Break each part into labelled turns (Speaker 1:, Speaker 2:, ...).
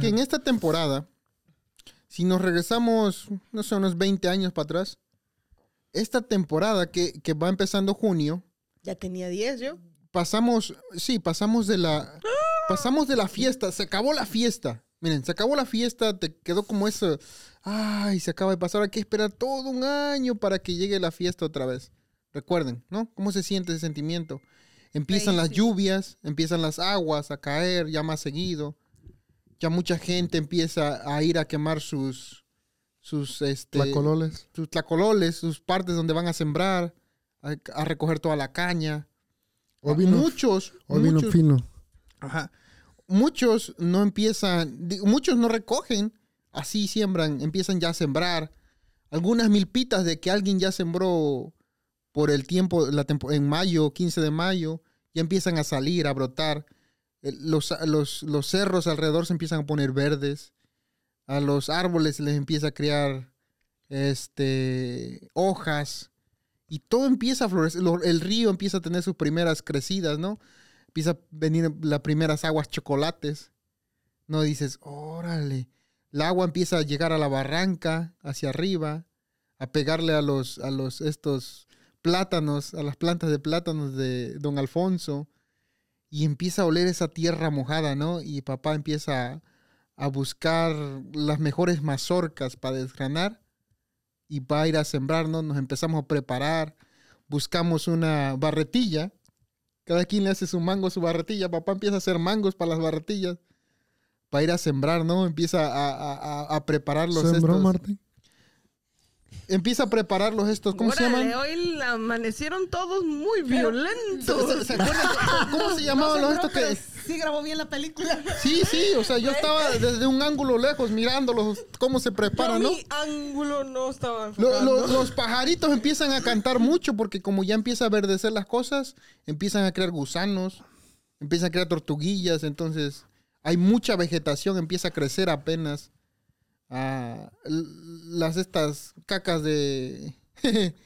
Speaker 1: que en esta temporada, si nos regresamos, no sé, unos 20 años para atrás, esta temporada que, que va empezando junio,
Speaker 2: Ya tenía 10 yo.
Speaker 1: pasamos, sí, pasamos de la, pasamos de la fiesta, se acabó la fiesta. Miren, se acabó la fiesta, te quedó como eso, ay, se acaba de pasar, hay que esperar todo un año para que llegue la fiesta otra vez. Recuerden, ¿no? ¿Cómo se siente ese sentimiento? Empiezan las
Speaker 2: Feísimo.
Speaker 1: lluvias, empiezan las aguas a caer ya más seguido. Ya mucha gente empieza a ir a quemar sus, sus, este,
Speaker 3: Tlacololes.
Speaker 1: sus tlacololes, sus partes donde van a sembrar, a, a recoger toda la caña. ah,
Speaker 3: O vino-
Speaker 1: muchos,
Speaker 3: O vino
Speaker 1: muchos,
Speaker 3: fino.
Speaker 1: ajá, muchos no empiezan, di- muchos no recogen, así siembran, empiezan ya a sembrar. Algunas milpitas de que alguien ya sembró por el tiempo, la tempo- en mayo, 15 de mayo, ya empiezan a salir, a brotar. Eh, Los, los, los cerros alrededor se empiezan a poner verdes. A los árboles les empieza a crear este, hojas. Y todo empieza a florecer. Lo- El río empieza a tener sus primeras crecidas, ¿no? Empieza a venir las primeras aguas chocolates. No dices, órale. El agua empieza a llegar a la barranca, hacia arriba, a pegarle a los, a los, estos plátanos, a las plantas de plátanos de don Alfonso. Y empieza a oler esa tierra mojada, ¿no? Y papá empieza a, a buscar las mejores mazorcas para desgranar. Y va a ir a sembrarnos, nos empezamos a preparar. Buscamos una barretilla cada quien le hace su mango, su barretilla. Papá empieza a hacer mangos para las barretillas. Para ir a sembrar, ¿no? Empieza a, a- a- a preparar los
Speaker 3: ¿Sembró,
Speaker 1: estos.
Speaker 3: Martín?
Speaker 1: Empieza a preparar los estos. ¿Cómo se
Speaker 2: Órale,
Speaker 1: llaman?
Speaker 2: Hoy la- amanecieron todos muy
Speaker 1: ¿Se-
Speaker 2: violentos.
Speaker 1: se- se acuerdan cómo- ¿Cómo se llamaban los estos que.?
Speaker 4: Sí grabó bien la película.
Speaker 1: Sí, sí, o sea, yo estaba desde un ángulo lejos mirándolos cómo se
Speaker 2: Para
Speaker 1: preparan, ¿no?
Speaker 2: mi ángulo no estaba
Speaker 1: Lo-
Speaker 2: enfocando.
Speaker 1: lo- los pajaritos empiezan a cantar mucho porque como ya empieza a verdecer las cosas, empiezan a crear gusanos, empiezan a crear tortuguillas, entonces hay mucha vegetación, empieza a crecer apenas ah, l- las estas cacas de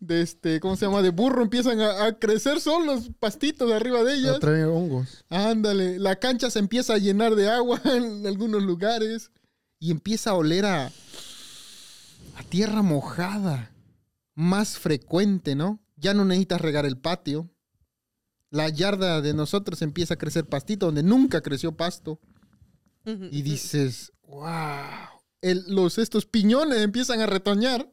Speaker 1: de este, ¿cómo se llama? de burro empiezan a, a crecer solos pastitos arriba de ellas.
Speaker 3: Ah, Trae hongos.
Speaker 1: Ándale, la cancha se empieza a llenar de agua en algunos lugares y empieza a oler a, a tierra mojada, más frecuente, ¿no? Ya no necesitas regar el patio. La yarda de nosotros empieza a crecer pastito donde nunca creció pasto. Y dices, wow, El- los, estos piñones empiezan a retoñar.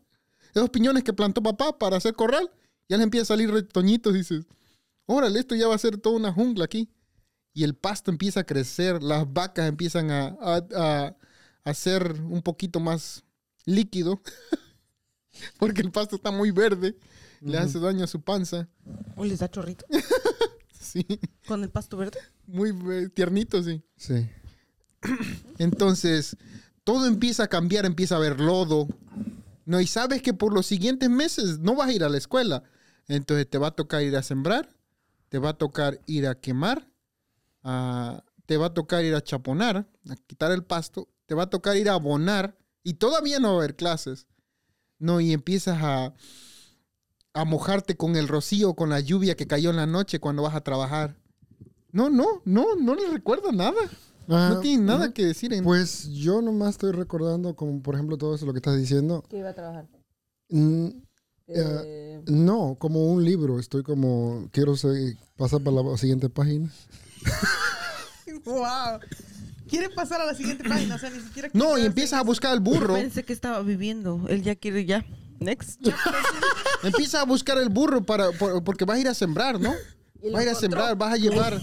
Speaker 1: Esos piñones que plantó papá para hacer corral, ya les empieza a salir retoñitos. Dices, órale, esto ya va a ser toda una jungla aquí y el pasto empieza a crecer, las vacas empiezan a, a- a- a ser un poquito más líquido, porque el pasto está muy verde, le hace daño a su panza,
Speaker 4: O les da chorrito.
Speaker 1: sí,
Speaker 4: Con el pasto verde.
Speaker 1: muy eh, tiernito, sí.
Speaker 3: Sí.
Speaker 1: Entonces, todo empieza a cambiar, empieza a haber lodo. No, y sabes que por los siguientes meses no vas a ir a la escuela. Entonces te va a tocar ir a sembrar, te va a tocar ir a quemar, a- te va a tocar ir a chaponar, a quitar el pasto, te va a tocar ir a abonar y todavía no va a haber clases. No, y empiezas a, a mojarte con el rocío, con la lluvia que cayó en la noche cuando vas a trabajar. No, no, no, no le recuerda nada.
Speaker 3: Ah,
Speaker 1: No tiene nada que decir en
Speaker 3: Pues yo nomás estoy recordando, como por ejemplo, todo eso lo que estás diciendo.
Speaker 2: Que iba a trabajar.
Speaker 3: Mm,
Speaker 2: Eh,
Speaker 3: No, como un libro. Estoy como. Quiero se- pasar para la siguiente página.
Speaker 4: Wow. Quieren pasar a la siguiente página, o sea, ni siquiera.
Speaker 1: No, y
Speaker 4: quedarse.
Speaker 1: empiezas a buscar al burro.
Speaker 4: Pensé que estaba viviendo. Él ya quiere ya. Next.
Speaker 1: empiezas a buscar el burro para, por- porque vas a ir a sembrar, ¿no?
Speaker 2: Y lo
Speaker 1: Vas a ir a
Speaker 2: encontró.
Speaker 1: sembrar, vas a llevar.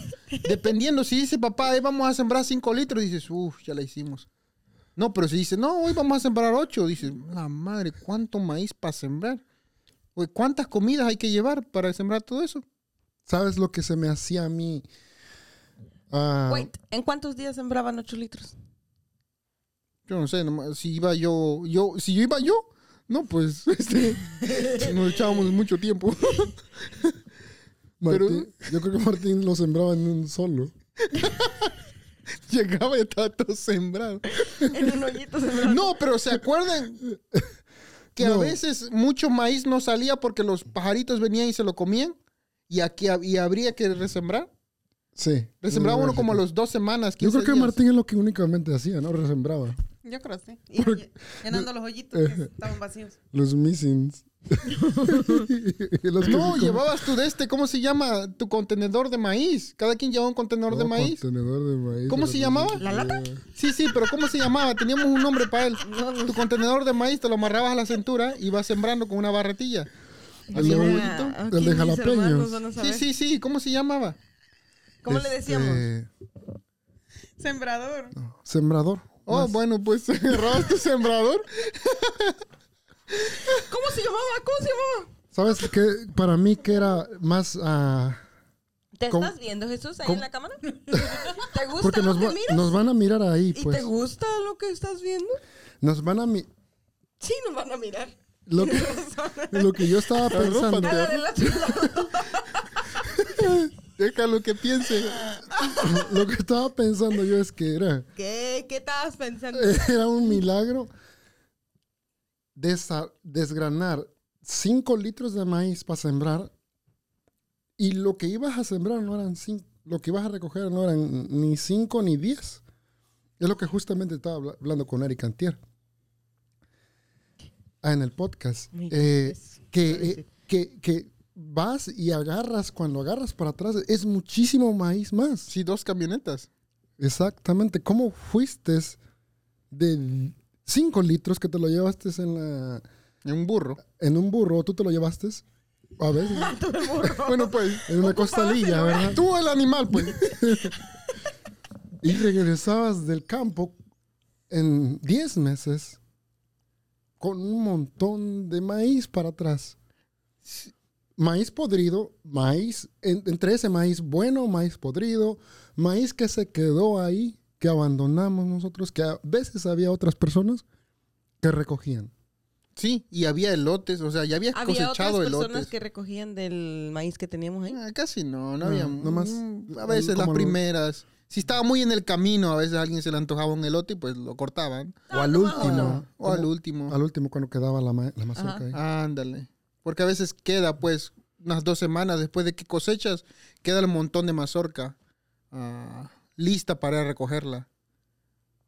Speaker 1: dependiendo, si dice papá, ahí vamos a sembrar 5 litros, dices, uff, ya la hicimos. No, pero si dice, no, hoy vamos a sembrar 8, dices, la madre, ¿cuánto maíz para sembrar? Oye, ¿Cuántas comidas hay que llevar para sembrar todo eso?
Speaker 3: ¿Sabes lo que se me hacía a mí? Ah,
Speaker 4: Wait, ¿en cuántos días sembraban 8 litros?
Speaker 1: Yo no sé, nomás, si iba yo, yo, si yo iba yo, no, pues, este, nos echábamos mucho tiempo. ¿eh?
Speaker 3: Martín- Yo creo que Martín lo sembraba en un solo.
Speaker 1: Llegaba y estaba todo sembrado.
Speaker 4: En un hoyito sembraban.
Speaker 1: No, pero se acuerdan que a
Speaker 3: No.
Speaker 1: veces mucho maíz no salía porque los pajaritos venían y se lo comían y aquí hab- y habría que resembrar.
Speaker 3: Sí.
Speaker 1: Resembraba uno como a los dos semanas.
Speaker 3: Yo
Speaker 1: 15
Speaker 3: creo que
Speaker 1: días.
Speaker 3: Martín es lo que únicamente hacía, ¿no? Resembraba.
Speaker 4: Yo creo sí. Y llenando los hoyitos que estaban vacíos.
Speaker 3: Los missings. Los
Speaker 1: No,
Speaker 3: que-
Speaker 1: llevabas tú de este, ¿cómo se llama? Tu contenedor de maíz. Cada quien llevaba un contenedor de
Speaker 3: No,
Speaker 1: maíz.
Speaker 3: contenedor de maíz. Eh,
Speaker 1: ¿Cómo
Speaker 3: Era
Speaker 1: se
Speaker 3: como-
Speaker 1: llamaba?
Speaker 4: ¿La lata?
Speaker 1: Sí, sí, pero ¿cómo se llamaba? Teníamos un nombre para él. Tu contenedor de maíz te lo amarrabas a la cintura y vas sembrando con una barretilla. Así,
Speaker 3: de-
Speaker 1: bonito.
Speaker 4: Ah,
Speaker 3: El
Speaker 4: aquí
Speaker 3: de
Speaker 4: mis
Speaker 3: jalapeños.
Speaker 4: hermanos van a
Speaker 1: Sí,
Speaker 4: saber.
Speaker 1: sí, sí, ¿cómo se llamaba?
Speaker 4: ¿Cómo le
Speaker 3: Este,
Speaker 4: decíamos? Sembrador.
Speaker 3: Sembrador.
Speaker 1: Oh, bueno, pues agarrabas tu sembrador.
Speaker 4: ¿Cómo se llamaba? ¿Cómo se llamaba?
Speaker 3: ¿Sabes qué? Para mí que era más... ah,
Speaker 4: ¿Te
Speaker 3: ¿Cómo?
Speaker 4: estás viendo, Jesús, ahí
Speaker 3: ¿Cómo?
Speaker 4: en la cámara? ¿Te gusta
Speaker 3: porque
Speaker 4: lo
Speaker 3: nos,
Speaker 4: que
Speaker 3: va-
Speaker 4: miras?
Speaker 3: nos van a mirar ahí,
Speaker 4: ¿Y te
Speaker 3: pues.
Speaker 4: gusta lo que estás viendo?
Speaker 3: Nos van a... mi-
Speaker 4: Sí, nos van a mirar.
Speaker 3: Lo que, lo que yo estaba pensando...
Speaker 4: Nada del otro lado.
Speaker 1: Déjalo que piense.
Speaker 3: Lo que estaba pensando yo es que era...
Speaker 4: ¿Qué? ¿Qué estabas pensando?
Speaker 3: Era un milagro desa- desgranar 5 litros de maíz para sembrar y lo que ibas a sembrar no eran 5, lo que ibas a recoger no eran ni 5 ni 10. Es lo que justamente estaba habla- hablando con Eric Antier. Ah, en el podcast.
Speaker 4: Muy
Speaker 3: Eh,
Speaker 4: bien,
Speaker 3: que,
Speaker 2: parece.
Speaker 3: eh, que, que vas y agarras, cuando agarras para atrás, es muchísimo maíz más.
Speaker 1: Sí, dos camionetas.
Speaker 3: Exactamente. ¿Cómo fuiste de 5 litros que te lo llevaste en, la,
Speaker 1: En un burro.
Speaker 3: en un burro? ¿Tú te lo llevaste? A veces.
Speaker 1: Bueno, pues.
Speaker 3: En una costalilla, ¿verdad?
Speaker 1: Tú el animal, pues.
Speaker 3: Y regresabas del campo en 10 meses con un montón de maíz para atrás. Maíz podrido, maíz, en- entre ese maíz bueno, maíz podrido, maíz que se quedó ahí, que abandonamos nosotros, que a veces había otras personas que recogían.
Speaker 1: Sí, y había elotes, o sea, ya habías
Speaker 4: Había otras
Speaker 1: cosechado
Speaker 4: personas
Speaker 1: elotes.
Speaker 4: que recogían del maíz que teníamos ahí.
Speaker 1: Ah, casi no, no
Speaker 3: No,
Speaker 1: había.
Speaker 3: nomás,
Speaker 1: mm, a veces
Speaker 3: como
Speaker 1: las
Speaker 3: lo-
Speaker 1: primeras. Si estaba muy en el camino, a veces a alguien se le antojaba un elote y pues lo cortaban.
Speaker 4: Ah,
Speaker 3: O al último.
Speaker 1: O al
Speaker 3: como-
Speaker 1: último.
Speaker 3: Al último cuando quedaba la, ma- la mazorca
Speaker 4: Ajá.
Speaker 3: ahí.
Speaker 1: Ándale. Porque a veces queda, pues, unas dos semanas después de que cosechas, queda el montón de mazorca ah, lista para recogerla.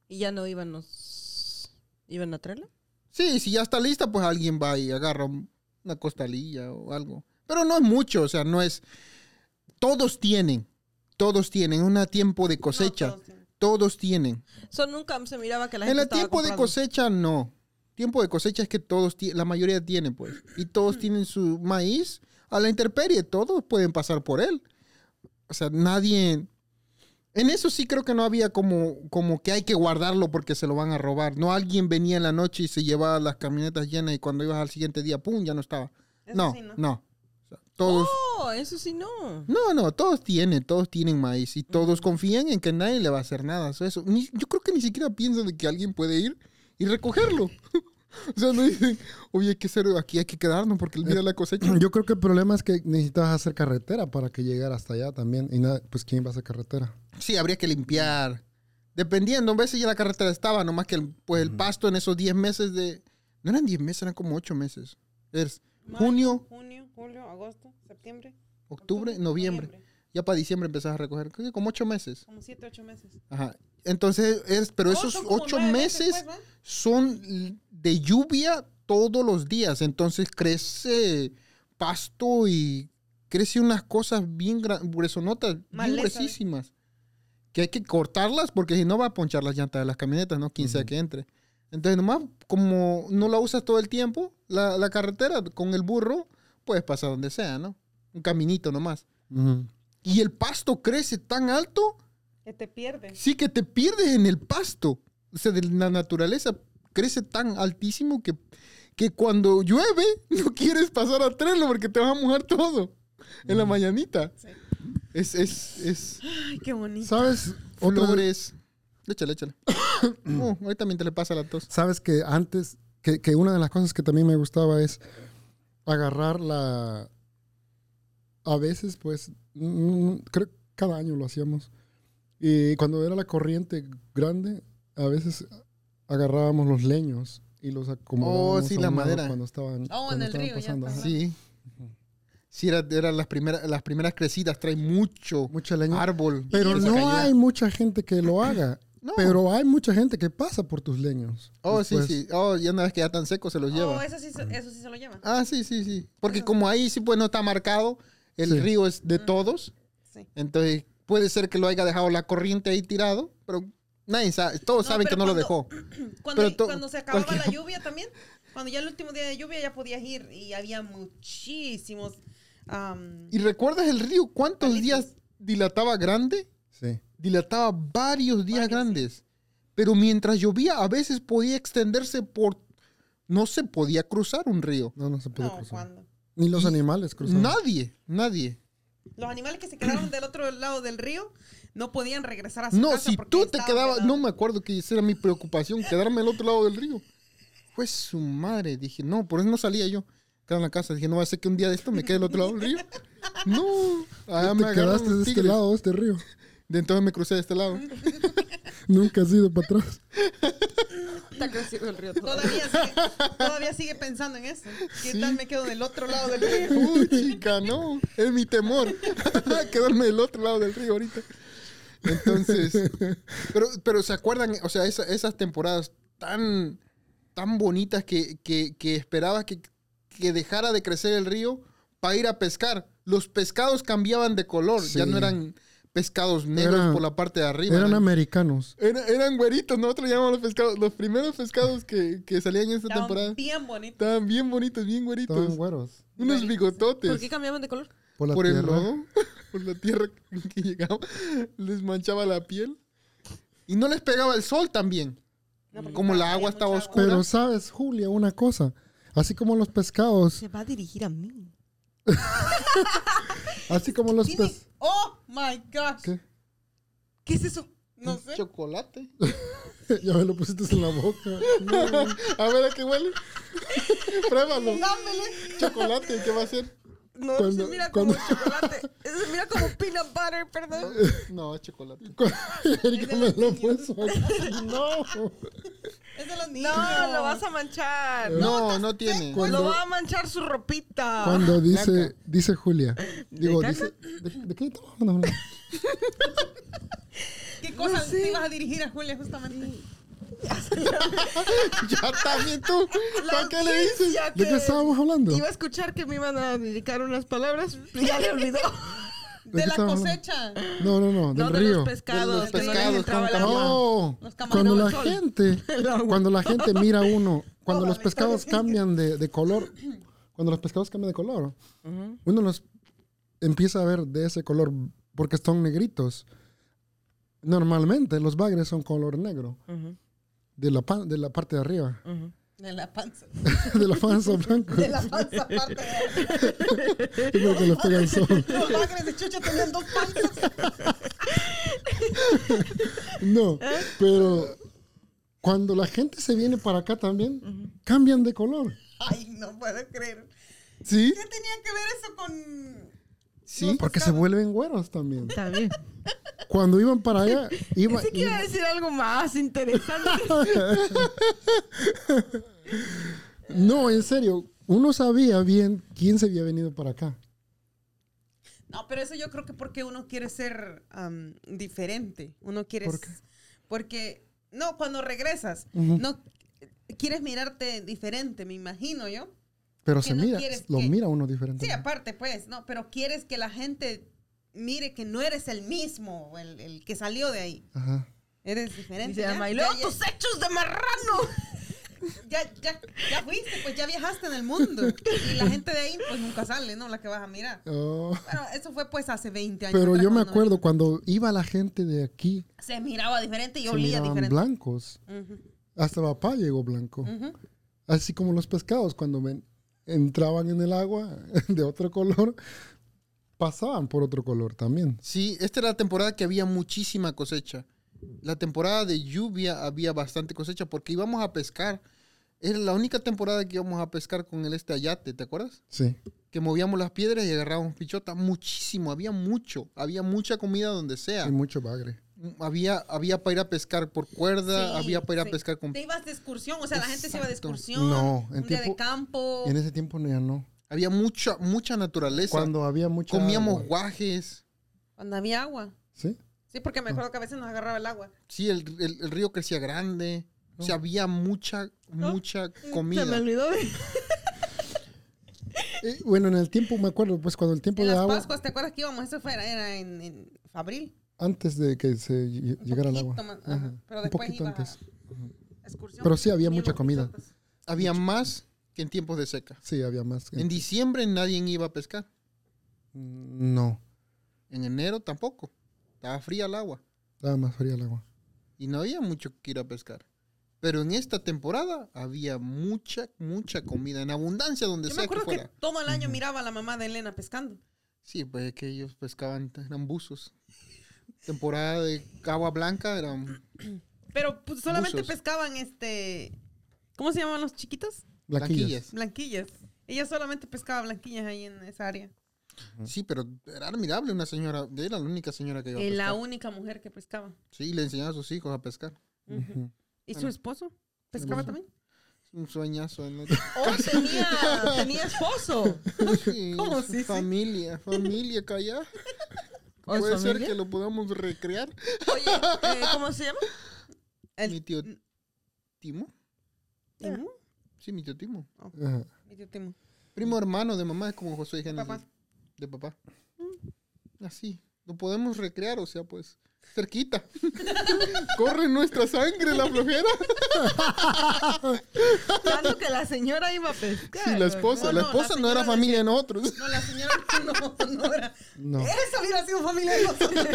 Speaker 4: Y ya no iban los... ¿Iban a traerla?
Speaker 1: Sí, si ya está lista, pues alguien va y agarra un- una costalilla o algo. Pero no es mucho, o sea, no es. Todos tienen, todos tienen, un tiempo de cosecha,
Speaker 4: No, todos tienen.
Speaker 1: todos tienen.
Speaker 4: Eso nunca se miraba que la
Speaker 1: En
Speaker 4: gente
Speaker 1: el
Speaker 4: estaba
Speaker 1: tiempo de
Speaker 4: comprando.
Speaker 1: cosecha, no. Tiempo de cosecha es que todos, ti- la mayoría tienen, pues. Y todos
Speaker 4: Mm.
Speaker 1: tienen su maíz a la intemperie. Todos pueden pasar por él. O sea, nadie... En eso sí creo que no había como, como que hay que guardarlo porque se lo van a robar. No alguien venía en la noche y se llevaba las camionetas llenas y cuando ibas al siguiente día, ¡pum!, ya no estaba.
Speaker 4: Eso
Speaker 1: no,
Speaker 4: sí,
Speaker 1: no.
Speaker 4: ¿no?
Speaker 1: O sea, todos...
Speaker 4: No, eso sí no.
Speaker 1: No, no, todos tienen, todos tienen maíz y todos confían en que nadie le va a hacer nada. So, eso, ni- yo creo que ni siquiera piensan de que alguien puede ir y recogerlo. o sea, no dicen, oye, hay que hacer, aquí hay que quedarnos porque el día de la cosecha.
Speaker 3: Yo creo que el problema es que necesitabas hacer carretera para que llegara hasta allá también. Y nada, pues ¿quién va a hacer carretera?
Speaker 1: Sí, habría que limpiar. Dependiendo, a veces ya la carretera estaba, nomás que el, pues, el pasto en esos 10 meses de... No eran 10 meses, eran como 8 meses. Es junio,
Speaker 5: Junio, julio, agosto, septiembre.
Speaker 1: octubre, noviembre. Ya para diciembre empezás a recoger, creo que como 8 meses.
Speaker 5: Como siete, ocho meses.
Speaker 1: Ajá. Entonces, es, pero
Speaker 5: Oh,
Speaker 1: esos
Speaker 5: son como
Speaker 1: 8
Speaker 5: nueve
Speaker 1: meses...
Speaker 5: pues, ¿va?
Speaker 1: son l- de lluvia todos los días. Entonces crece pasto y crece unas cosas bien gran- gruesonotas, bien
Speaker 5: Maleza.
Speaker 1: gruesísimas. Que hay que cortarlas porque si no va a ponchar las llantas de las camionetas, ¿no? Quien sea que entre. Entonces, nomás como no la usas todo el tiempo, la, la carretera con el burro, puedes pasar donde sea, ¿no? Un caminito nomás. Y el pasto crece tan alto
Speaker 5: Que te pierdes.
Speaker 1: Sí, que te pierdes en el pasto. O sea, de la naturaleza crece tan altísimo que, que cuando llueve no quieres pasar a tren porque te vas a mojar todo en la mañanita.
Speaker 5: Sí.
Speaker 1: Es, es, es
Speaker 5: Ay, qué bonito.
Speaker 3: ¿Sabes? Otra-
Speaker 1: flores. Échale, échale. Oh, ahorita mientras le pasa la tos.
Speaker 3: ¿Sabes que antes, que, que una de las cosas que también me gustaba es agarrar la... A veces, pues, mm, creo que cada año lo hacíamos. Y cuando era la corriente grande, a veces agarrábamos los leños y los acomodábamos.
Speaker 1: Oh, sí,
Speaker 3: a
Speaker 1: la
Speaker 3: un lado
Speaker 1: madera.
Speaker 3: Cuando estaban,
Speaker 5: Oh, en
Speaker 3: cuando
Speaker 5: el
Speaker 3: estaban
Speaker 5: río, ya
Speaker 3: pasando,
Speaker 5: está.
Speaker 3: ajá.
Speaker 1: Sí. Sí, era, eran las primeras, las primeras crecidas, trae mucho
Speaker 3: Mucha leña.
Speaker 1: árbol.
Speaker 3: Pero
Speaker 1: de esa
Speaker 3: no
Speaker 1: calidad.
Speaker 3: hay mucha gente que lo haga.
Speaker 1: No.
Speaker 3: Pero hay mucha gente que pasa por tus leños.
Speaker 1: Oh,
Speaker 3: después.
Speaker 1: sí, sí. Oh, ya una vez que ya tan seco se los lleva.
Speaker 5: Oh, eso sí, se- eso sí se lo lleva.
Speaker 1: Ah, sí, sí, sí. Porque como ahí sí, pues no está marcado, el
Speaker 3: Sí.
Speaker 1: río es de todos.
Speaker 5: Sí.
Speaker 1: Entonces puede ser que lo haya dejado la corriente ahí tirado, pero nadie sabe, todos
Speaker 5: No,
Speaker 1: saben que
Speaker 5: pero
Speaker 1: no lo dejó.
Speaker 5: cuando- Cuando,
Speaker 1: Pero to-
Speaker 5: cuando se acababa la
Speaker 1: cualquier-
Speaker 5: lluvia también, cuando ya el último día de lluvia ya podías ir y había muchísimos. am,
Speaker 1: ¿Y recuerdas el río cuántos
Speaker 5: Palitos.
Speaker 1: días dilataba grande?
Speaker 3: Sí.
Speaker 1: Dilataba varios días
Speaker 5: Varios, sí.
Speaker 1: grandes. Pero mientras llovía, a veces podía extenderse por... No se podía cruzar un río.
Speaker 3: No, no se puede
Speaker 5: no,
Speaker 3: cruzar.
Speaker 5: cuando.
Speaker 3: Ni los animales cruzaban.
Speaker 1: Nadie, nadie.
Speaker 5: Los animales que se quedaron del otro lado del río no podían regresar a su
Speaker 1: No,
Speaker 5: casa.
Speaker 1: si
Speaker 5: porque
Speaker 1: tú te
Speaker 5: estaban
Speaker 1: quedabas,
Speaker 5: del
Speaker 1: no
Speaker 5: lado-
Speaker 1: me acuerdo que esa era mi preocupación, quedarme al otro lado del río. Fue su madre, dije, no, por eso no salía yo. Quedaba en la casa, dije, no va a ser que un día de esto me quede al otro lado del río. No, allá
Speaker 3: Tú
Speaker 1: me
Speaker 3: te
Speaker 1: agarraron
Speaker 3: quedaste de
Speaker 1: los
Speaker 3: este
Speaker 1: tigres.
Speaker 3: lado, de este río.
Speaker 1: De entonces me crucé de este lado.
Speaker 3: Nunca has ido para atrás.
Speaker 4: Está crecido el río todo.
Speaker 5: Todavía sigue, todavía sigue pensando en eso. ¿Qué tal me quedo del otro lado del río?
Speaker 1: Uy, chica, no, es mi temor. Quedarme del otro lado del río ahorita. Entonces, pero, pero se acuerdan, o sea, esa- esas temporadas tan, tan bonitas que, que, que esperabas que, que dejara de crecer el río para ir a pescar. Los pescados cambiaban de color, ya
Speaker 3: Sí.
Speaker 1: no eran pescados negros
Speaker 3: Eran-
Speaker 1: por la parte de arriba.
Speaker 3: Eran
Speaker 1: eran-
Speaker 3: americanos.
Speaker 1: era- eran güeritos, nosotros llamamos los pescados, los primeros pescados que, que salían en esta
Speaker 5: Estaban
Speaker 1: temporada.
Speaker 5: bien bonito.
Speaker 1: Estaban bien bonitos, bien
Speaker 3: Estaban
Speaker 1: güeritos.
Speaker 3: güeros.
Speaker 1: Unos bigototes
Speaker 4: ¿Por qué cambiaban de color?
Speaker 3: Por la
Speaker 1: por el
Speaker 3: tierra.
Speaker 1: lodo, por la tierra que llegaba, les manchaba la piel. Y no les pegaba el sol también.
Speaker 5: No, porque
Speaker 1: Como la
Speaker 5: había
Speaker 1: agua estaba
Speaker 5: mucha
Speaker 1: oscura.
Speaker 3: Pero sabes, Julia, una cosa. Así como los pescados,
Speaker 4: Se va a dirigir a mí.
Speaker 3: así como los
Speaker 5: Tiene-
Speaker 3: pescados.
Speaker 5: Oh my gosh.
Speaker 3: Pues, ¿Qué?
Speaker 5: ¿Qué es eso? No sé.
Speaker 1: Chocolate.
Speaker 3: ya me lo pusiste en la boca.
Speaker 1: a ver a qué huele. Pruébalo.
Speaker 5: Dámele.
Speaker 1: Chocolate, ¿qué va a ser?
Speaker 5: No,
Speaker 3: Cuando-
Speaker 5: se mira
Speaker 3: cuando-
Speaker 5: como chocolate. Se mira como peanut butter, perdón.
Speaker 1: No, es chocolate.
Speaker 3: Erika me lo puso aquí. No.
Speaker 5: Es de los niños.
Speaker 2: No, lo vas a manchar.
Speaker 1: No, no tiene.
Speaker 2: Lo
Speaker 3: Cuando,
Speaker 2: va a manchar su ropita.
Speaker 3: cuando dice, dice Julia. Digo,
Speaker 2: caca?
Speaker 3: dice, ¿de, de qué estamos hablando?
Speaker 5: ¿Qué cosas te ibas a dirigir a Julia justamente?
Speaker 1: Ya también tú. ¿Para qué le dices?
Speaker 2: Ya
Speaker 3: ¿De qué estábamos hablando?
Speaker 2: Iba a escuchar que me iban a dedicar unas palabras. Ya le olvidó.
Speaker 3: qué
Speaker 5: De la
Speaker 3: estábamos
Speaker 5: cosecha.
Speaker 3: No, no, no, del
Speaker 2: no, de
Speaker 3: río.
Speaker 2: los pescados.
Speaker 1: De los
Speaker 2: que no les
Speaker 1: pescados
Speaker 2: entraba
Speaker 1: con
Speaker 2: el agua.
Speaker 3: No,
Speaker 5: Los camarones
Speaker 3: cuando la
Speaker 5: al sol.
Speaker 3: gente, cuando la gente mira a uno, cuando
Speaker 5: Toda
Speaker 3: los
Speaker 5: la
Speaker 3: pescados
Speaker 5: historia.
Speaker 3: cambian de, de color, cuando los pescados cambian de color, uno los empieza a ver de ese color porque están negritos. Normalmente los bagres son color negro de la, pa- de la parte de arriba,
Speaker 5: De la panza.
Speaker 3: de la panza blanca,
Speaker 5: De la panza aparte. de-
Speaker 3: y luego que les pega el sol.
Speaker 5: Los bagres de chucha tenían dos panzas.
Speaker 3: No,
Speaker 5: ¿Eh?
Speaker 3: pero cuando la gente se viene para acá también, cambian de color.
Speaker 5: Ay, no puedo creer.
Speaker 3: ¿Sí?
Speaker 5: ¿Qué tenía que ver eso con.?
Speaker 3: Sí, porque se vuelven güeros también.
Speaker 2: Está bien.
Speaker 3: Cuando iban para allá, iba,
Speaker 2: Pensé que iba a decir algo más interesante.
Speaker 3: no, en serio, uno sabía bien quién se había venido para acá.
Speaker 5: No, pero eso yo creo que porque uno quiere ser am, diferente. Uno quiere.
Speaker 3: ¿Por qué?
Speaker 5: Porque. No, cuando regresas.
Speaker 3: Ujú.
Speaker 5: No. Quieres mirarte diferente, me imagino yo.
Speaker 3: Pero
Speaker 5: Que
Speaker 3: se
Speaker 5: no
Speaker 3: mira,
Speaker 5: quieres
Speaker 3: lo
Speaker 5: que-
Speaker 3: mira uno diferente.
Speaker 5: Sí, aparte, pues, no, pero quieres que la gente mire que no eres el mismo, el, el que salió de ahí.
Speaker 3: Ajá.
Speaker 5: Eres diferente.
Speaker 2: Dice,
Speaker 5: ¿ya?
Speaker 2: "Ama, y
Speaker 5: Ya-
Speaker 2: luego
Speaker 5: ya-
Speaker 2: tus hechos de marrano.
Speaker 5: ya, ya, ya fuiste, pues ya viajaste en el mundo. Y la gente de ahí, pues nunca sale, ¿no? La que vas a mirar.
Speaker 3: Oh,
Speaker 5: Bueno, eso fue pues hace 20 años.
Speaker 3: pero
Speaker 5: atrás,
Speaker 3: yo me
Speaker 5: cuando
Speaker 3: acuerdo cuando iba la gente de aquí,
Speaker 5: Se miraba diferente y
Speaker 3: se
Speaker 5: olía
Speaker 3: miraban
Speaker 5: diferente.
Speaker 3: blancos. Hasta papá llegó blanco. Así como los pescados, cuando ven- entraban en el agua de otro color, pasaban por otro color también.
Speaker 1: Sí, esta era la temporada que había muchísima cosecha. La temporada de lluvia había bastante cosecha porque íbamos a pescar. Era la única temporada que íbamos a pescar con el este ayate, ¿te acuerdas?
Speaker 3: Sí.
Speaker 1: que movíamos las piedras y agarrábamos pichota muchísimo, había mucho, había mucha comida donde sea.
Speaker 3: Y mucho bagre.
Speaker 1: M- Había, había para ir a pescar por cuerda,
Speaker 5: Sí,
Speaker 1: había para ir
Speaker 5: sí.
Speaker 1: a pescar con...
Speaker 5: Te ibas de excursión, o sea, la gente se iba de
Speaker 1: Exacto.
Speaker 5: excursión.
Speaker 3: No, en
Speaker 5: un día de
Speaker 3: tiempo-
Speaker 5: campo.
Speaker 3: En ese tiempo ya no.
Speaker 1: Había mucha, mucha naturaleza.
Speaker 3: Cuando había mucha
Speaker 1: Comíamos
Speaker 3: agua.
Speaker 1: guajes.
Speaker 5: Cuando había agua.
Speaker 3: ¿Sí?
Speaker 5: Sí, porque me acuerdo que a veces nos agarraba el agua.
Speaker 1: Sí, el, el- el río crecía grande. O sea, había mucha, mucha comida.
Speaker 2: Se me olvidó.
Speaker 3: Eh, bueno, en el tiempo, me acuerdo, pues cuando el tiempo
Speaker 5: En
Speaker 3: de
Speaker 5: las
Speaker 3: agua,
Speaker 5: Pascuas, ¿te acuerdas que íbamos? Eso fue, era en, en abril.
Speaker 3: antes de que se lle-
Speaker 5: Un
Speaker 3: llegara el agua.
Speaker 5: poquito más,
Speaker 3: Ajá,
Speaker 5: ajá, Pero
Speaker 3: un
Speaker 5: después
Speaker 3: poquito
Speaker 5: ibas a
Speaker 3: antes.
Speaker 5: excursión.
Speaker 3: Pero sí había mucha comida.
Speaker 5: pisotas.
Speaker 1: Había más que en tiempos de seca.
Speaker 3: Sí, había más.
Speaker 1: En diciembre nadie iba a pescar.
Speaker 3: Mm, No,
Speaker 1: En enero tampoco. Estaba fría el agua.
Speaker 3: estaba más fría el agua.
Speaker 1: Y no había mucho que ir a pescar. Pero en esta temporada había mucha, mucha comida. En abundancia donde
Speaker 5: Yo me
Speaker 1: sea que
Speaker 5: acuerdo que,
Speaker 1: fuera.
Speaker 5: todo el año miraba a la mamá de Elena pescando.
Speaker 1: Sí, pues es que ellos pescaban, eran buzos. Temporada de agua blanca eran
Speaker 5: Pero pues, solamente
Speaker 1: Buzos.
Speaker 5: pescaban este. ¿Cómo se llamaban los chiquitos?
Speaker 1: blanquillas.
Speaker 3: Blanquillas.
Speaker 5: Blanquillas. Ella solamente pescaba blanquillas ahí en esa área.
Speaker 1: Sí, pero era admirable una señora. Era la única señora que iba a
Speaker 5: Es la
Speaker 1: pescar.
Speaker 5: única mujer que pescaba.
Speaker 1: Sí, le enseñaba a sus hijos a pescar.
Speaker 5: Ujú.
Speaker 3: Ujú.
Speaker 5: ¿Y su
Speaker 1: Bueno.
Speaker 5: esposo? ¿Pescaba también?
Speaker 1: Un sueñazo. En la...
Speaker 5: ¡Oh, tenía, tenía esposo!
Speaker 1: Sí,
Speaker 5: ¿Cómo? Sí, sí.
Speaker 1: familia, familia, calla.
Speaker 2: Oh,
Speaker 4: ¿O su
Speaker 1: Puede ser
Speaker 4: familia?
Speaker 1: que lo podamos recrear.
Speaker 4: Oye, eh, ¿cómo se llama?
Speaker 5: El-
Speaker 1: Mi tío Timo.
Speaker 5: ¿Timo?
Speaker 1: Sí, mi tío Timo.
Speaker 3: Ajá.
Speaker 5: Mi tío Timo.
Speaker 1: Primo hermano de mamá es como José y Génesis.
Speaker 5: papá.
Speaker 1: De papá. Mm. Así. Lo podemos recrear, o sea, pues. Cerquita. Corre en nuestra sangre la flojera.
Speaker 4: Tanto que la señora iba a pescar.
Speaker 1: Sí, la esposa. la
Speaker 5: No, no, la
Speaker 1: esposa no era
Speaker 5: señora
Speaker 1: familia de nosotros.
Speaker 5: No, la señora no, no era.
Speaker 3: No.
Speaker 5: Esa hubiera sido familia de nosotros.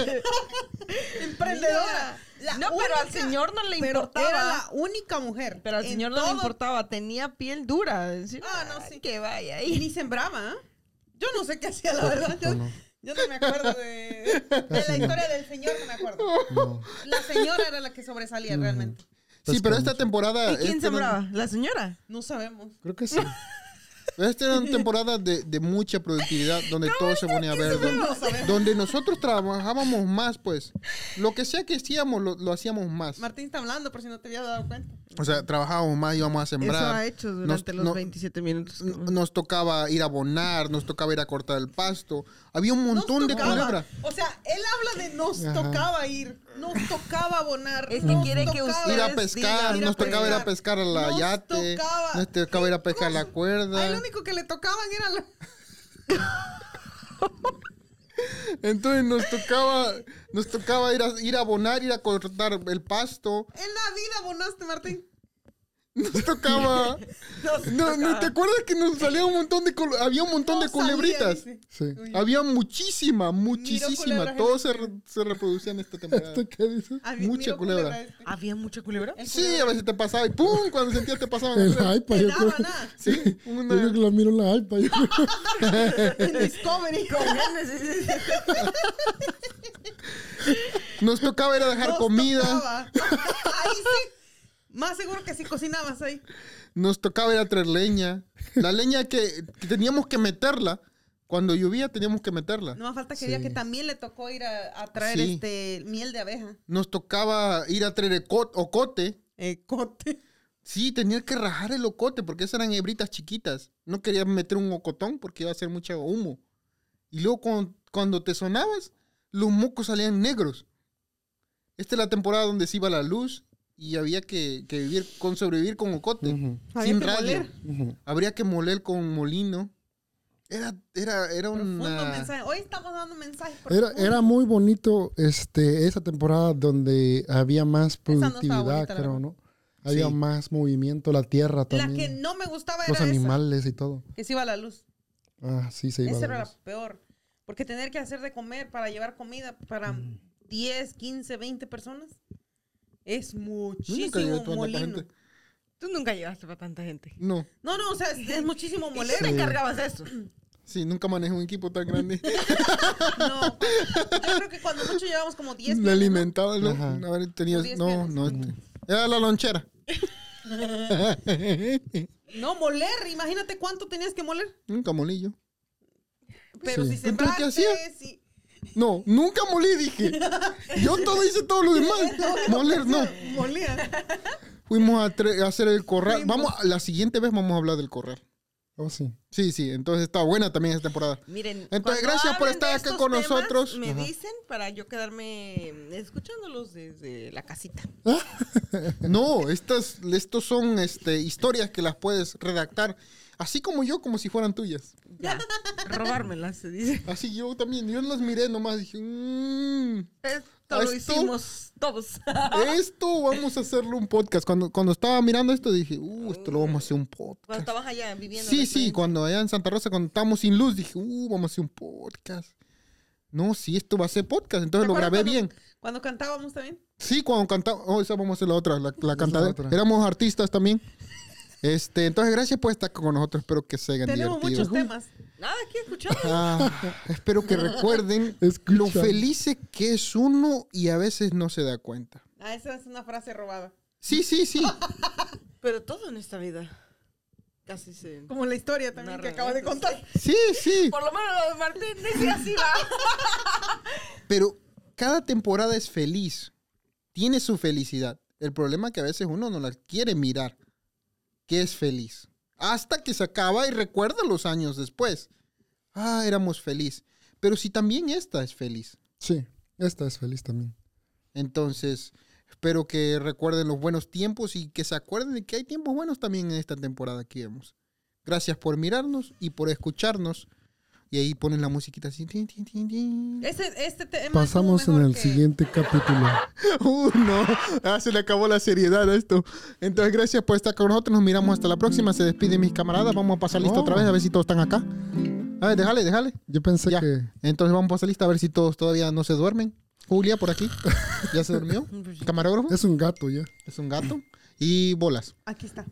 Speaker 5: Emprendedora. La
Speaker 4: no, pero al
Speaker 5: única-
Speaker 4: señor no le
Speaker 5: Pero
Speaker 4: importaba.
Speaker 5: era la única mujer.
Speaker 4: Pero al
Speaker 5: en
Speaker 4: señor no le
Speaker 5: todo-
Speaker 4: importaba, tenía piel dura.
Speaker 5: Ah, no, sí.
Speaker 4: Que vaya
Speaker 5: Y
Speaker 4: ahí.
Speaker 5: ni sembraba. ¿eh? Yo no sé qué hacía, la verdad. Yo,
Speaker 3: no.
Speaker 5: yo no me acuerdo de, de la historia del señor, no me acuerdo.
Speaker 3: No.
Speaker 5: La señora era la que sobresalía realmente.
Speaker 1: Sí, pero esta
Speaker 3: Pescamos.
Speaker 1: temporada.
Speaker 4: ¿Y quién
Speaker 1: esta era-
Speaker 4: sembraba? ¿La señora?
Speaker 5: No sabemos.
Speaker 3: Creo que sí.
Speaker 1: Esta era una temporada de, de mucha productividad, donde todo se ponía verde. Donde, nosotros trabajábamos más, pues. Lo que sea que hacíamos, lo, lo hacíamos más.
Speaker 5: Martín está hablando, por si no te había dado cuenta.
Speaker 1: O sea, trabajábamos más, íbamos a
Speaker 2: Eso
Speaker 1: sembrar.
Speaker 2: ha hecho durante
Speaker 1: Nos-
Speaker 2: los
Speaker 1: no-
Speaker 2: 27 minutos. que-
Speaker 1: N- Nos tocaba ir a abonar, nos tocaba ir a cortar el pasto. Había un
Speaker 5: Nos
Speaker 1: montón de
Speaker 5: tocaba.
Speaker 1: culebra.
Speaker 5: O sea, él habla de nos
Speaker 3: Ajá.
Speaker 5: tocaba ir, nos tocaba abonar.
Speaker 4: Es que
Speaker 5: nos
Speaker 4: quiere que
Speaker 5: tocaba-
Speaker 4: ustedes
Speaker 1: Ir a
Speaker 4: Ustedes
Speaker 1: pescar,
Speaker 4: digan, ir a
Speaker 1: nos tocaba ir a pescar a la
Speaker 5: Nos
Speaker 1: yate,
Speaker 5: tocaba-
Speaker 1: nos tocaba ir a pescar la
Speaker 5: A él lo
Speaker 1: cuerda.
Speaker 5: único que le tocaban era la...
Speaker 1: Entonces nos tocaba, nos tocaba ir a, ir a abonar, ir a cortar el pasto.
Speaker 5: En la vida abonaste, Martín.
Speaker 1: Nos tocaba. No, no, ¿Te acuerdas que nos salía un montón de cul- había un montón de
Speaker 5: No salía,
Speaker 1: culebritas?
Speaker 5: dice.
Speaker 3: Sí.
Speaker 1: Había muchísima,
Speaker 5: culebras
Speaker 1: muchísima.
Speaker 5: en
Speaker 1: Todos se, re- se reproducían esta temporada.
Speaker 3: ¿Esto qué dice?
Speaker 5: Había-
Speaker 1: Mucha
Speaker 5: miró
Speaker 1: culebra.
Speaker 5: este.
Speaker 4: ¿Había mucha culebra?
Speaker 5: El
Speaker 1: Sí,
Speaker 5: culebra.
Speaker 1: a veces te pasaba y ¡pum! Cuando sentías te pasaban.
Speaker 3: El
Speaker 1: culebras.
Speaker 5: ah,
Speaker 3: iPad,
Speaker 4: Pues
Speaker 5: Te
Speaker 3: yo
Speaker 5: daban,
Speaker 3: creo.
Speaker 5: ah,
Speaker 1: Sí,
Speaker 3: Yo
Speaker 1: una-
Speaker 3: creo que lo miro en la iPad. yo creo.
Speaker 5: en Discovery.
Speaker 1: Nos tocaba ir a dejar
Speaker 5: Nos
Speaker 1: comida,
Speaker 5: tocaba. Ahí sí. Más seguro que sí cocinabas ahí.
Speaker 1: nos tocaba ir a traer leña. La leña que, que teníamos que meterla. Cuando llovía teníamos que meterla.
Speaker 5: No más falta que diga
Speaker 3: Sí.
Speaker 5: que también le tocó ir a, a traer
Speaker 1: Sí.
Speaker 5: este miel de abeja.
Speaker 1: Nos tocaba ir a traer eco- ocote.
Speaker 5: Ecote.
Speaker 1: Sí, tenía que rajar el ocote porque esas eran hebritas chiquitas. No quería meter un ocotón porque iba a hacer mucho humo. Y luego cuando, cuando te sonabas, los mocos salían negros. Esta es la temporada donde se iba la luz y había que, que vivir con sobrevivir con ocote.
Speaker 3: Ujú,
Speaker 5: Había
Speaker 1: Sin
Speaker 5: que
Speaker 1: radio.
Speaker 5: moler.
Speaker 3: ujú.
Speaker 1: Habría que moler con molino. Era, era, era
Speaker 5: Profundo
Speaker 1: una...
Speaker 5: mensaje. Hoy estamos dando mensajes.
Speaker 3: Era,
Speaker 5: profundos.
Speaker 3: era muy bonito este, esa temporada donde había más
Speaker 5: Esa no estaba
Speaker 3: productividad,
Speaker 5: bonita, la
Speaker 3: creo,
Speaker 5: verdad.
Speaker 3: ¿no? Había
Speaker 1: Sí.
Speaker 3: más movimiento, la tierra
Speaker 5: La que
Speaker 3: también,
Speaker 5: no me gustaba
Speaker 3: los
Speaker 5: era esa.
Speaker 3: animales y todo.
Speaker 5: Que se iba la luz.
Speaker 3: Ah, sí, se iba
Speaker 5: Esa
Speaker 3: la
Speaker 5: era la
Speaker 3: luz.
Speaker 5: peor. Porque tener que hacer de comer para llevar comida para
Speaker 1: Mm.
Speaker 5: 10, 15, 20 personas es
Speaker 1: Nunca llevé
Speaker 5: muchísimo
Speaker 1: tanta
Speaker 5: molino.
Speaker 1: gente.
Speaker 4: Tú nunca llevaste para tanta gente.
Speaker 1: No,
Speaker 5: No, no, o sea, es, es muchísimo
Speaker 4: ¿Y tú
Speaker 5: molero.
Speaker 4: te encargabas de eso?
Speaker 1: sí, nunca manejé un equipo tan grande.
Speaker 5: No, yo creo que cuando mucho llevamos como 10
Speaker 1: Me
Speaker 5: planes, ¿no?
Speaker 1: alimentaba. lo-
Speaker 3: Ajá.
Speaker 1: a ver, tenía-
Speaker 5: Podías
Speaker 1: no,
Speaker 5: ver.
Speaker 1: no. este- Era la lonchera.
Speaker 5: No, moler, imagínate cuánto tenías que moler.
Speaker 1: Nunca molí yo.
Speaker 5: Pero
Speaker 3: Sí.
Speaker 5: si
Speaker 1: Entonces, ¿qué
Speaker 5: sembraste,
Speaker 1: hacía?
Speaker 5: si...
Speaker 1: No, nunca molí, dije. Yo todo hice todo lo demás. Moler, no.
Speaker 5: Molía.
Speaker 1: Fuimos a, tre- a hacer el corral. Vamos, a- la siguiente vez vamos a hablar del corral.
Speaker 3: Oh, sí.
Speaker 1: Sí, sí, entonces está buena también esta temporada.
Speaker 4: Miren,
Speaker 1: Entonces,
Speaker 4: cuando
Speaker 1: gracias por
Speaker 4: hablen de
Speaker 1: estar acá
Speaker 4: estos
Speaker 1: con
Speaker 4: temas,
Speaker 1: nosotros.
Speaker 4: Me
Speaker 1: Ajá.
Speaker 4: dicen para yo quedarme escuchándolos desde la casita.
Speaker 1: No, estas, estos son este, historias que las puedes redactar, así como yo, como si fueran tuyas.
Speaker 4: Ya. Robármelas, se dice.
Speaker 1: Así yo también, yo las miré nomás, dije, "Mm,
Speaker 4: Esto lo
Speaker 1: ¿Esto?
Speaker 4: hicimos todos.
Speaker 1: esto vamos a hacerlo un podcast. Cuando, cuando estaba mirando esto dije, uh, esto lo vamos a hacer un
Speaker 4: Cuando
Speaker 1: podcast.
Speaker 4: estabas allá viviendo. la
Speaker 1: Sí, sí,
Speaker 4: experiencia.
Speaker 1: cuando allá en Santa Rosa, cuando estábamos sin luz, dije, uh, vamos a hacer un podcast. No, sí, esto va a ser podcast, entonces
Speaker 5: ¿Te
Speaker 1: lo
Speaker 5: acuerdas
Speaker 1: grabé
Speaker 5: cuando-
Speaker 1: bien.
Speaker 5: Cuando cantábamos también.
Speaker 1: Sí, cuando cantaba. Oh, esa vamos a hacer la otra, la, la cantadera.
Speaker 3: otra.
Speaker 1: Éramos artistas también. Este, entonces, gracias por estar con nosotros. Espero que se hayan
Speaker 5: Tenemos
Speaker 1: divertido.
Speaker 5: muchos temas.
Speaker 4: Nada, aquí escuchamos.
Speaker 1: Ah, espero que recuerden
Speaker 3: Escucha.
Speaker 1: lo felices que es uno y a veces no se da cuenta.
Speaker 5: Ah, esa es una frase robada.
Speaker 1: Sí, sí, sí.
Speaker 4: Pero todo en esta vida casi se...
Speaker 5: Como la historia también
Speaker 4: Una
Speaker 5: que acabas de
Speaker 4: redonda,
Speaker 5: contar.
Speaker 1: Sí, sí.
Speaker 4: Por lo menos lo de Martín dice así va.
Speaker 1: Pero cada temporada es feliz. Tiene su felicidad. El problema es que a veces uno no la quiere mirar. Que es feliz. Hasta que se acaba y recuerda los años después. Ah, éramos feliz. Pero si también esta es feliz.
Speaker 3: Sí, esta es feliz también.
Speaker 1: Entonces, espero que recuerden los buenos tiempos y que se acuerden de que hay tiempos buenos también en esta temporada que vemos. Gracias por mirarnos y por escucharnos. Y ahí ponen la musiquita así. tin, tin, tin, tin.
Speaker 5: Ese, este tema estuvo
Speaker 3: Pasamos en
Speaker 5: mejor
Speaker 3: el
Speaker 5: que-
Speaker 3: siguiente capítulo.
Speaker 1: Uh, no, ah, se le acabó la seriedad a esto. Entonces, gracias por estar con nosotros. Nos miramos hasta la próxima. Se despiden mis camaradas. Vamos a pasar lista
Speaker 3: Oh.
Speaker 1: otra vez a ver si todos están acá. A ver, déjale, déjale.
Speaker 3: Yo pensé
Speaker 1: Ya.
Speaker 3: que
Speaker 1: Entonces, vamos a pasar lista a ver si todos todavía no se duermen. Julia, por aquí. ¿Ya se durmió? Camarógrafo.
Speaker 3: es un gato ya.
Speaker 1: Es un gato. Y bolas.
Speaker 5: Aquí está.